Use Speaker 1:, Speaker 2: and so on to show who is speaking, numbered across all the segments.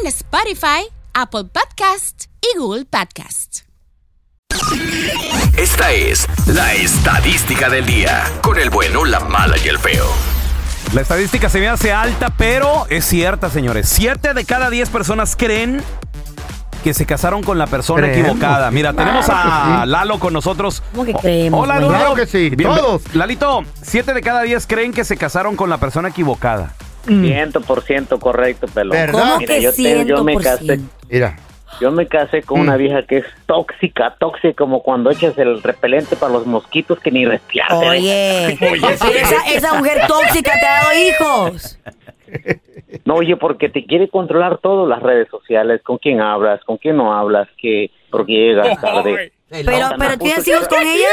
Speaker 1: en Spotify, Apple Podcast y Google Podcast.
Speaker 2: Esta es la estadística del día. Con el bueno, la mala y el feo.
Speaker 3: La estadística se me hace alta, pero es cierta, señores. Siete de cada diez personas creen que se casaron con la persona
Speaker 4: Creemos.
Speaker 3: equivocada. Mira,
Speaker 4: Claro
Speaker 3: tenemos
Speaker 4: que
Speaker 3: a
Speaker 4: sí.
Speaker 3: Lalo con nosotros.
Speaker 5: ¿Cómo que
Speaker 3: O-
Speaker 5: creemos,
Speaker 3: Hola,
Speaker 5: güey?
Speaker 3: Lalo.
Speaker 4: Claro que sí,
Speaker 3: Bienven-
Speaker 4: todos.
Speaker 3: Lalito, siete de cada diez creen que se casaron con la persona equivocada.
Speaker 6: 100% correcto, pelón.
Speaker 4: ¿Verdad?
Speaker 5: ¿Cómo
Speaker 6: Mira,
Speaker 5: que
Speaker 6: yo, te- yo me casé,
Speaker 5: 100%?
Speaker 4: Mira,
Speaker 6: yo me casé con una
Speaker 4: Mm.
Speaker 6: vieja que es tóxica, tóxica como cuando echas el repelente para los mosquitos que ni ¿eh? respirar.
Speaker 5: Oye, esa, esa mujer tóxica te ha dado hijos.
Speaker 6: No, oye, porque te quiere controlar todo, las redes sociales, con quién hablas, con quién no hablas, que porque llegas tarde.
Speaker 5: Pero,
Speaker 6: Hasta me
Speaker 5: pero
Speaker 6: puso
Speaker 5: tienes hijos con ella.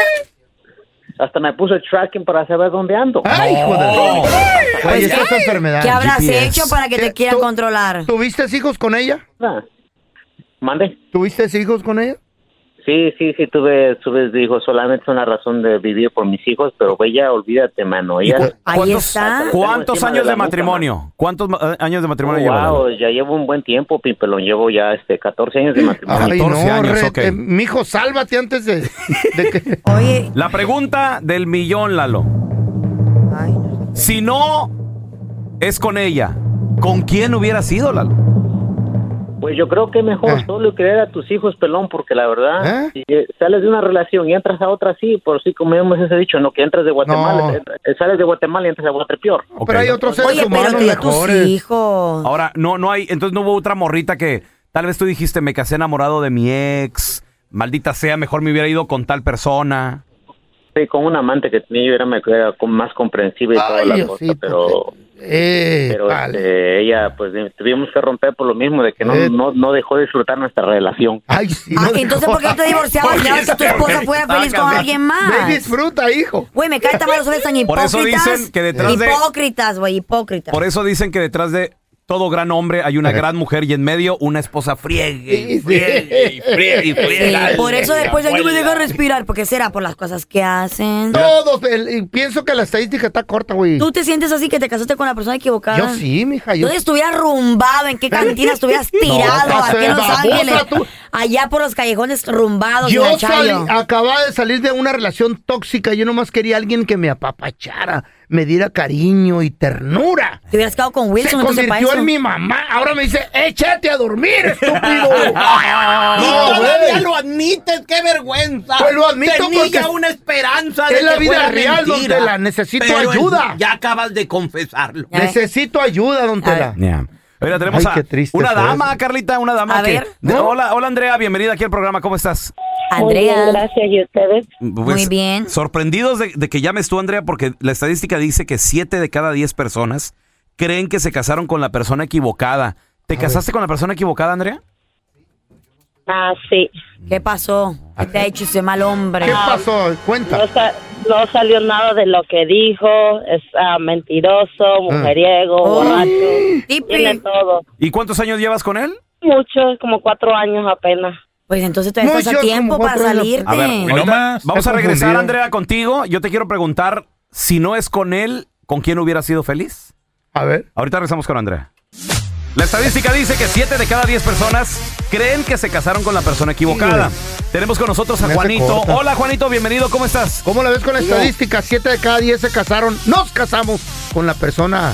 Speaker 6: Hasta me puso el tracking para saber dónde ando.
Speaker 4: ay, hijo de... Oye,
Speaker 5: Pues,
Speaker 4: esa es enfermedad.
Speaker 5: ¿Qué habrás
Speaker 3: GPS.
Speaker 5: hecho para que
Speaker 4: ¿Qué?
Speaker 5: te quieran
Speaker 4: ¿Tú-
Speaker 5: controlar?
Speaker 4: ¿Tuviste hijos con ella?
Speaker 6: Ah. Mande.
Speaker 4: ¿Tuviste hijos con ella?
Speaker 6: Sí, sí, sí, tuve, tuve hijos, solamente es una razón de vivir por mis hijos, pero ella, olvídate, mano,
Speaker 3: ¿Y
Speaker 6: ella...
Speaker 3: cu-
Speaker 5: Ahí está.
Speaker 3: ¿Cuántos
Speaker 6: Encima de
Speaker 3: años
Speaker 6: la
Speaker 3: de
Speaker 6: nuca,
Speaker 3: matrimonio? ¿Cuántos ma- eh, años de matrimonio
Speaker 6: Oh,
Speaker 3: lleva
Speaker 6: wow,
Speaker 3: Lalo?
Speaker 6: ya llevo un buen tiempo, Pimpelón. Llevo ya este 14 años
Speaker 4: Ah.
Speaker 6: de matrimonio.
Speaker 4: Ay,
Speaker 3: 14
Speaker 4: no,
Speaker 3: años,
Speaker 4: re-
Speaker 3: ok.
Speaker 4: eh, mijo, sálvate antes de, de que...
Speaker 5: Oye,
Speaker 3: La pregunta del millón, Lalo.
Speaker 5: ay, no.
Speaker 3: Si no es con ella, ¿con quién hubiera sido, Lalo?
Speaker 6: Pues yo creo que mejor
Speaker 4: Ah.
Speaker 6: solo creer a tus hijos, Pelón, porque la verdad,
Speaker 4: ¿Eh?
Speaker 6: si eh, sales de una relación y entras a otra, sí, por si comemos ese dicho, no, que entras de Guatemala,
Speaker 4: No.
Speaker 6: eh, eh, sales de Guatemala y entras a Guatepeor.
Speaker 3: Ok.
Speaker 4: Pero hay otros seres
Speaker 5: Oye, pero
Speaker 4: humanos
Speaker 5: te dio tus
Speaker 4: mejores. Ah,
Speaker 5: hijos.
Speaker 3: Ahora, no, no hay, entonces no hubo otra morrita que tal vez tú dijiste, me casé enamorado de mi ex, maldita sea, mejor me hubiera ido con tal persona.
Speaker 6: Sí, con un amante que tenía yo era, me- era con- más comprensible y toda
Speaker 4: Ay,
Speaker 6: la
Speaker 4: Diosito,
Speaker 6: cosa, pero,
Speaker 4: Eh,
Speaker 6: pero
Speaker 4: vale.
Speaker 6: este, ella, pues eh, tuvimos que romper por lo mismo de que no,
Speaker 4: Eh.
Speaker 6: no, no dejó de disfrutar nuestra relación.
Speaker 4: Ay, sí.
Speaker 5: Ah,
Speaker 4: no
Speaker 5: entonces,
Speaker 4: dejó-
Speaker 5: ¿por qué te divorciabas? Ya que tu esposa fuera feliz con alguien
Speaker 4: Ve,
Speaker 5: más.
Speaker 4: disfruta, hijo.
Speaker 5: Güey, me caen tan mal los hombres tan
Speaker 3: Por
Speaker 5: hipócritas.
Speaker 3: eso dicen que detrás de-
Speaker 5: Hipócritas, güey, hipócritas.
Speaker 3: Por eso dicen que detrás de todo gran hombre hay una
Speaker 4: Ajá.
Speaker 3: gran mujer y en medio una esposa friegue. y
Speaker 4: Sí, sí.
Speaker 3: friegue, y friegue, y
Speaker 5: Sí,
Speaker 3: friegue.
Speaker 5: Eh, por eso después ya no me dejan respirar, porque será por las cosas que hacen.
Speaker 4: Todos, el- y pienso que la estadística está corta, güey.
Speaker 5: ¿Tú Ah. te sientes así que te casaste con la persona equivocada?
Speaker 4: Yo sí, mija. Yo
Speaker 5: ¿Dónde estuvieras rumbado? ¿En qué cantina estuvieras tirado?
Speaker 4: No,
Speaker 5: aquí en Los
Speaker 4: babosa,
Speaker 5: Ángeles.
Speaker 4: tú.
Speaker 5: Allá por los callejones rumbados,
Speaker 4: Yo
Speaker 5: Yo
Speaker 4: salí, acababa de salir de una relación tóxica. Yo nomás quería alguien que me apapachara, me diera cariño y ternura.
Speaker 5: Te hubieras quedado con
Speaker 4: Se
Speaker 5: Wilson, entonces para
Speaker 4: convirtió
Speaker 5: Pues eso.
Speaker 4: en mi mamá. Ahora me dice, échate a dormir, estúpido. no, güey.
Speaker 7: admites, qué vergüenza.
Speaker 4: Pues lo admito
Speaker 7: Tenía
Speaker 4: porque
Speaker 7: una esperanza
Speaker 4: es
Speaker 7: de
Speaker 4: la
Speaker 7: que
Speaker 4: vida
Speaker 7: fuera
Speaker 4: real donde
Speaker 7: mentira,
Speaker 4: la necesito
Speaker 7: pero
Speaker 4: ayuda.
Speaker 7: Ya acabas de confesarlo.
Speaker 5: Ya ves.
Speaker 4: Necesito ayuda, don Tela.
Speaker 3: Yeah. Mira, tenemos
Speaker 4: Ay,
Speaker 3: a
Speaker 4: qué triste
Speaker 3: una
Speaker 4: fue
Speaker 3: dama,
Speaker 4: eso.
Speaker 3: Carlita, una dama
Speaker 5: A
Speaker 3: que-
Speaker 5: ver.
Speaker 3: de- hola, hola Andrea, bienvenida aquí al programa, ¿cómo estás?
Speaker 5: Andrea.
Speaker 8: gracias. ¿Y ustedes?
Speaker 3: Pues,
Speaker 5: bien.
Speaker 3: Sorprendidos de, de que llames tú, Andrea, porque la estadística dice que 7 de cada 10 personas creen que se casaron con la persona equivocada. ¿Te casaste con la persona equivocada, Andrea?
Speaker 8: Ah, sí.
Speaker 5: ¿Qué pasó? ¿Qué te ha hecho ese mal hombre?
Speaker 4: ¿Qué pasó? Cuenta.
Speaker 8: No, sa- no salió nada de lo que dijo. Es ah, mentiroso,
Speaker 4: Ah,
Speaker 8: mujeriego, borracho. Tiene
Speaker 5: Tipi.
Speaker 8: todo.
Speaker 3: ¿Y cuántos años llevas con él?
Speaker 8: Mucho, como cuatro años apenas.
Speaker 5: Pues entonces te
Speaker 4: No,
Speaker 5: estás
Speaker 4: yo
Speaker 5: a
Speaker 4: como
Speaker 5: tiempo para
Speaker 4: cuatro años.
Speaker 5: salirte.
Speaker 3: A ver, ahorita
Speaker 7: más.
Speaker 3: vamos
Speaker 4: Está
Speaker 3: a regresar,
Speaker 4: confundida.
Speaker 3: Andrea, contigo. Yo te quiero preguntar, si no es con él, ¿con quién hubiera sido feliz?
Speaker 4: A ver.
Speaker 3: Ahorita regresamos con Andrea. La estadística dice que 7 de cada 10 personas creen que se casaron con la persona equivocada. Tenemos con nosotros a
Speaker 4: Me hace
Speaker 3: Juanito.
Speaker 4: corta.
Speaker 3: Hola, Juanito, bienvenido, ¿cómo estás?
Speaker 4: ¿Cómo la ves con la estadística? Siete de cada diez se casaron. Nos casamos con la persona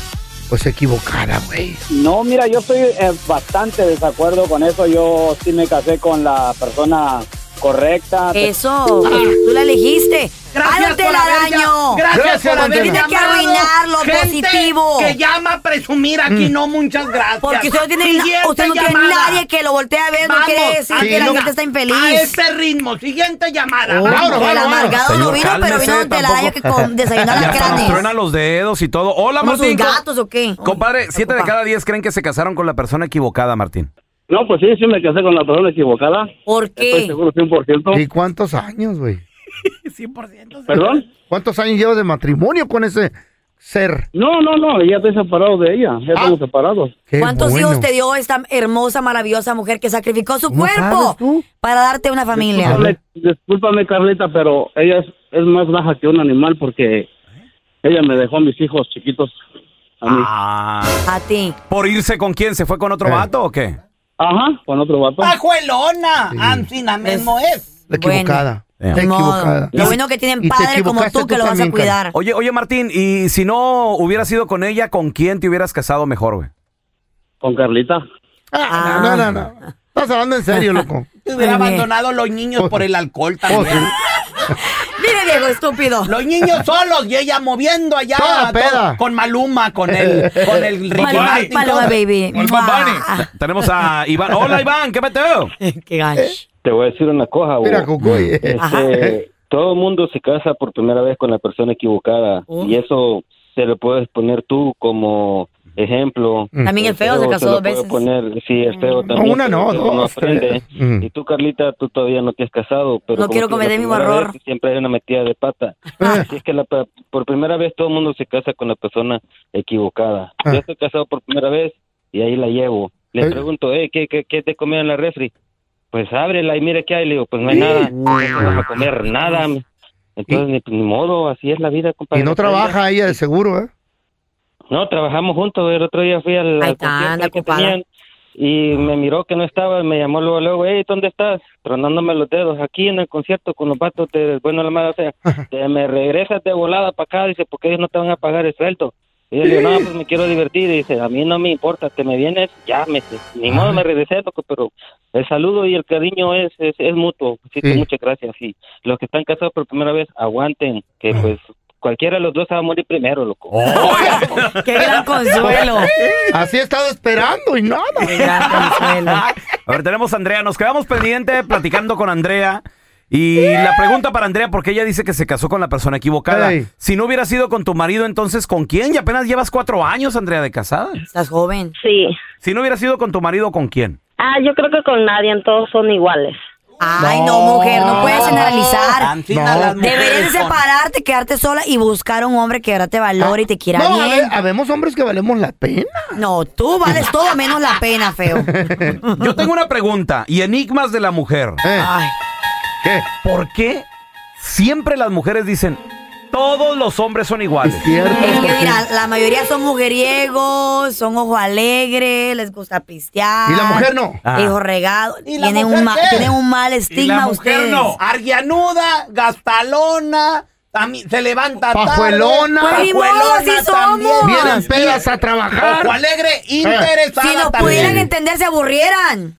Speaker 4: pues equivocada, güey.
Speaker 9: No, mira, yo estoy eh, bastante desacuerdo con eso. Yo sí me casé con la persona correcta.
Speaker 5: Eso, tú la elegiste.
Speaker 9: Gracias
Speaker 5: ¡Álate
Speaker 9: por
Speaker 5: la
Speaker 9: haber
Speaker 5: daño!
Speaker 9: llam- gracias por haber
Speaker 5: Tiene que
Speaker 9: llamado.
Speaker 5: arruinar lo
Speaker 9: Gente
Speaker 5: positivo.
Speaker 9: que
Speaker 2: llama a presumir
Speaker 4: Mm.
Speaker 2: aquí, no, muchas gracias.
Speaker 5: Porque usted no tiene, na-
Speaker 2: Siguiente
Speaker 5: usted no tiene
Speaker 2: llamada.
Speaker 5: nadie que lo voltee a ver, no
Speaker 2: Vamos,
Speaker 5: quiere decir
Speaker 2: sí,
Speaker 5: que la
Speaker 2: no-
Speaker 5: gente está infeliz.
Speaker 2: A este ritmo, siguiente llamada.
Speaker 5: Oh,
Speaker 2: Vámonos,
Speaker 5: el
Speaker 2: vámonos.
Speaker 5: amargado no
Speaker 3: Señor,
Speaker 5: vino, pero
Speaker 3: cálmese,
Speaker 5: vino donde la daño que con desayuno a
Speaker 3: Y
Speaker 5: la
Speaker 3: hasta nos truena los dedos y todo. Hola,
Speaker 5: ¿Somos sus
Speaker 3: Martín. com-
Speaker 5: gatos o qué?
Speaker 3: Compadre, siete de cada diez creen que se casaron con la persona equivocada, Martín.
Speaker 10: No, pues sí, sí me casé con la persona equivocada.
Speaker 5: ¿Por
Speaker 10: Estoy seguro 100%.
Speaker 4: ¿Y cuántos años, güey?
Speaker 10: ¿Perdón?
Speaker 4: ¿Cuántos años llevas de matrimonio con ese ser?
Speaker 10: No, no, no, ya estoy separado de ella.
Speaker 4: Ah.
Speaker 10: Ya estamos separados.
Speaker 4: Qué
Speaker 5: ¿Cuántos
Speaker 4: bueno.
Speaker 5: hijos te dio esta hermosa, maravillosa mujer que sacrificó su
Speaker 10: ¿Cómo
Speaker 5: cuerpo
Speaker 10: sabes
Speaker 5: para darte una familia?
Speaker 10: Discúlpame, discúlpame, Carlita, pero ella es, es más baja que un animal porque ella me dejó a mis hijos chiquitos. A mí.
Speaker 4: Ah.
Speaker 10: Eh.
Speaker 5: A ti.
Speaker 3: Ah, ¿Por irse con quién? ¿Se fue con otro vato o qué?
Speaker 10: Ajá, con otro vato.
Speaker 4: Ah,
Speaker 2: Pajuelona,
Speaker 3: Sí.
Speaker 2: Ancina mismo es.
Speaker 4: La equivocada.
Speaker 3: Bueno,
Speaker 4: La
Speaker 3: ni modo.
Speaker 4: equivocada.
Speaker 3: Lo bueno
Speaker 5: que tienen
Speaker 4: Y te
Speaker 5: padre como
Speaker 4: equivocaste
Speaker 5: tú que lo vas a
Speaker 4: también,
Speaker 5: cuidar.
Speaker 3: Oye, oye, Martín, y si no hubieras ido con ella, ¿con quién te hubieras casado mejor, güey?
Speaker 10: Con Carlita.
Speaker 4: Ah, No, no, no. Estás hablando en serio, loco.
Speaker 2: Te hubiera abandonado los niños por el alcohol también.
Speaker 5: Mire, Diego, estúpido.
Speaker 2: Los niños solos y ella moviendo allá.
Speaker 3: Toda
Speaker 2: todo-
Speaker 3: peda.
Speaker 2: con Maluma, con el, con el Ricky
Speaker 5: Maluma,
Speaker 2: Martin,
Speaker 5: Maluma,
Speaker 2: todo.
Speaker 5: baby. Con Bad Bunny. Ah.
Speaker 3: Tenemos a Iván. Hola, Iván, ¿qué meteo?
Speaker 5: Qué
Speaker 2: Eh.
Speaker 5: gancho.
Speaker 6: Te voy a decir una cosa, güey.
Speaker 4: Mira, Cucuy.
Speaker 6: Este,
Speaker 4: Ajá.
Speaker 6: todo el mundo se casa por primera vez con la persona equivocada.
Speaker 4: Oh.
Speaker 6: Y eso se lo puedes poner tú como ejemplo.
Speaker 5: También el feo se casó
Speaker 6: te Este, lo puedo
Speaker 5: dos veces. Mm.
Speaker 6: poner, sí, el feo también.
Speaker 4: una
Speaker 6: pero
Speaker 4: no,
Speaker 6: el feo
Speaker 4: dos,
Speaker 6: aprende.
Speaker 4: tres. Mm.
Speaker 6: Y tú, Carlita, tú todavía no te has casado. Pero
Speaker 5: No
Speaker 6: como
Speaker 5: quiero
Speaker 6: que la
Speaker 5: cometer mi
Speaker 6: primera
Speaker 5: error.
Speaker 6: vez Siempre hay una metida de pata.
Speaker 4: Eh,
Speaker 6: Así es que la pa- por primera vez todo el mundo se casa con la persona equivocada.
Speaker 4: Ah.
Speaker 6: Yo estoy casado por primera vez y ahí la llevo. Le
Speaker 4: Ay.
Speaker 6: pregunto, "Ey, ¿qué, qué, ¿qué te comieron en la refri? Pues ábrela y mira qué hay. Le digo, pues no hay nada. No vas a comer nada. Entonces, ni, ni modo, así es la vida, compadre.
Speaker 4: Y no trabaja ella de seguro, ¿eh?
Speaker 6: No, trabajamos juntos. El otro día fui al, al concierto
Speaker 5: anda
Speaker 6: que
Speaker 5: ocupada.
Speaker 6: tenían y me miró que no estaba. Me llamó luego, luego, hey, ¿dónde estás? Tronándome los dedos. Aquí en el concierto con los vatos de Bueno la Madre. O sea, te me regresas de volada para acá. Dice, porque ellos no te van a pagar el sueldo. Y yo le digo, no, pues me quiero divertir. Y dice, a mí no me importa, te me vienes, ya, me, ni modo me regresé, loco, pero el saludo y el cariño es, es, es mutuo. Así que
Speaker 11: Sí.
Speaker 6: muchas gracias. Y los que están casados por primera vez, aguanten, que pues cualquiera de los dos se va a morir primero, loco.
Speaker 5: ¡Qué gran consuelo!
Speaker 4: Así he estado esperando y nada.
Speaker 3: A ver, tenemos a Andrea. Nos quedamos pendiente platicando con Andrea. Y la pregunta para Andrea, porque ella dice que se casó con la persona equivocada.
Speaker 4: Ey.
Speaker 3: Si no hubiera sido con tu marido, entonces ¿con quién? Y apenas llevas cuatro años, Andrea, de casada.
Speaker 5: Estás joven.
Speaker 8: Sí.
Speaker 3: Si no hubiera sido con tu marido, ¿con quién?
Speaker 8: Ah, yo creo que con nadie, todos son iguales.
Speaker 5: Ay, no, mujer, no puedes generalizar.
Speaker 4: Tantina, las mujeres
Speaker 5: Deberías de
Speaker 4: son-
Speaker 5: separarte, quedarte sola y buscar un hombre que ahora te valore y te quiera
Speaker 4: No, a
Speaker 5: bien.
Speaker 4: ver, habemos hombres que valemos la pena.
Speaker 5: No, tú vales todo menos la pena, feo.
Speaker 3: Yo tengo una pregunta. Y enigmas de la mujer.
Speaker 4: Eh.
Speaker 6: Eh,
Speaker 5: Ay.
Speaker 4: ¿Qué?
Speaker 3: ¿Por qué siempre las mujeres dicen todos los hombres son iguales?
Speaker 5: Es que mira, la mayoría son mujeriegos, son ojo alegre, les gusta pistear.
Speaker 3: ¿Y la mujer no? Ah.
Speaker 5: Hijo regado.
Speaker 2: ¿Y la
Speaker 5: Tienen
Speaker 2: mujer
Speaker 5: un, ma-
Speaker 2: qué?
Speaker 5: tienen un mal
Speaker 2: Y la
Speaker 5: estigma
Speaker 2: mujer
Speaker 5: ustedes.
Speaker 2: no. Arguianuda, gastalona, también se levanta tarde.
Speaker 4: Pajuelona. Pues ni modo, así
Speaker 2: Pajuelona
Speaker 4: somos.
Speaker 2: también.
Speaker 4: Vienen pedas a trabajar.
Speaker 2: Ojo alegre,
Speaker 4: Eh.
Speaker 2: interesada
Speaker 5: Si nos
Speaker 2: también.
Speaker 5: pudieran entender, se aburrieran.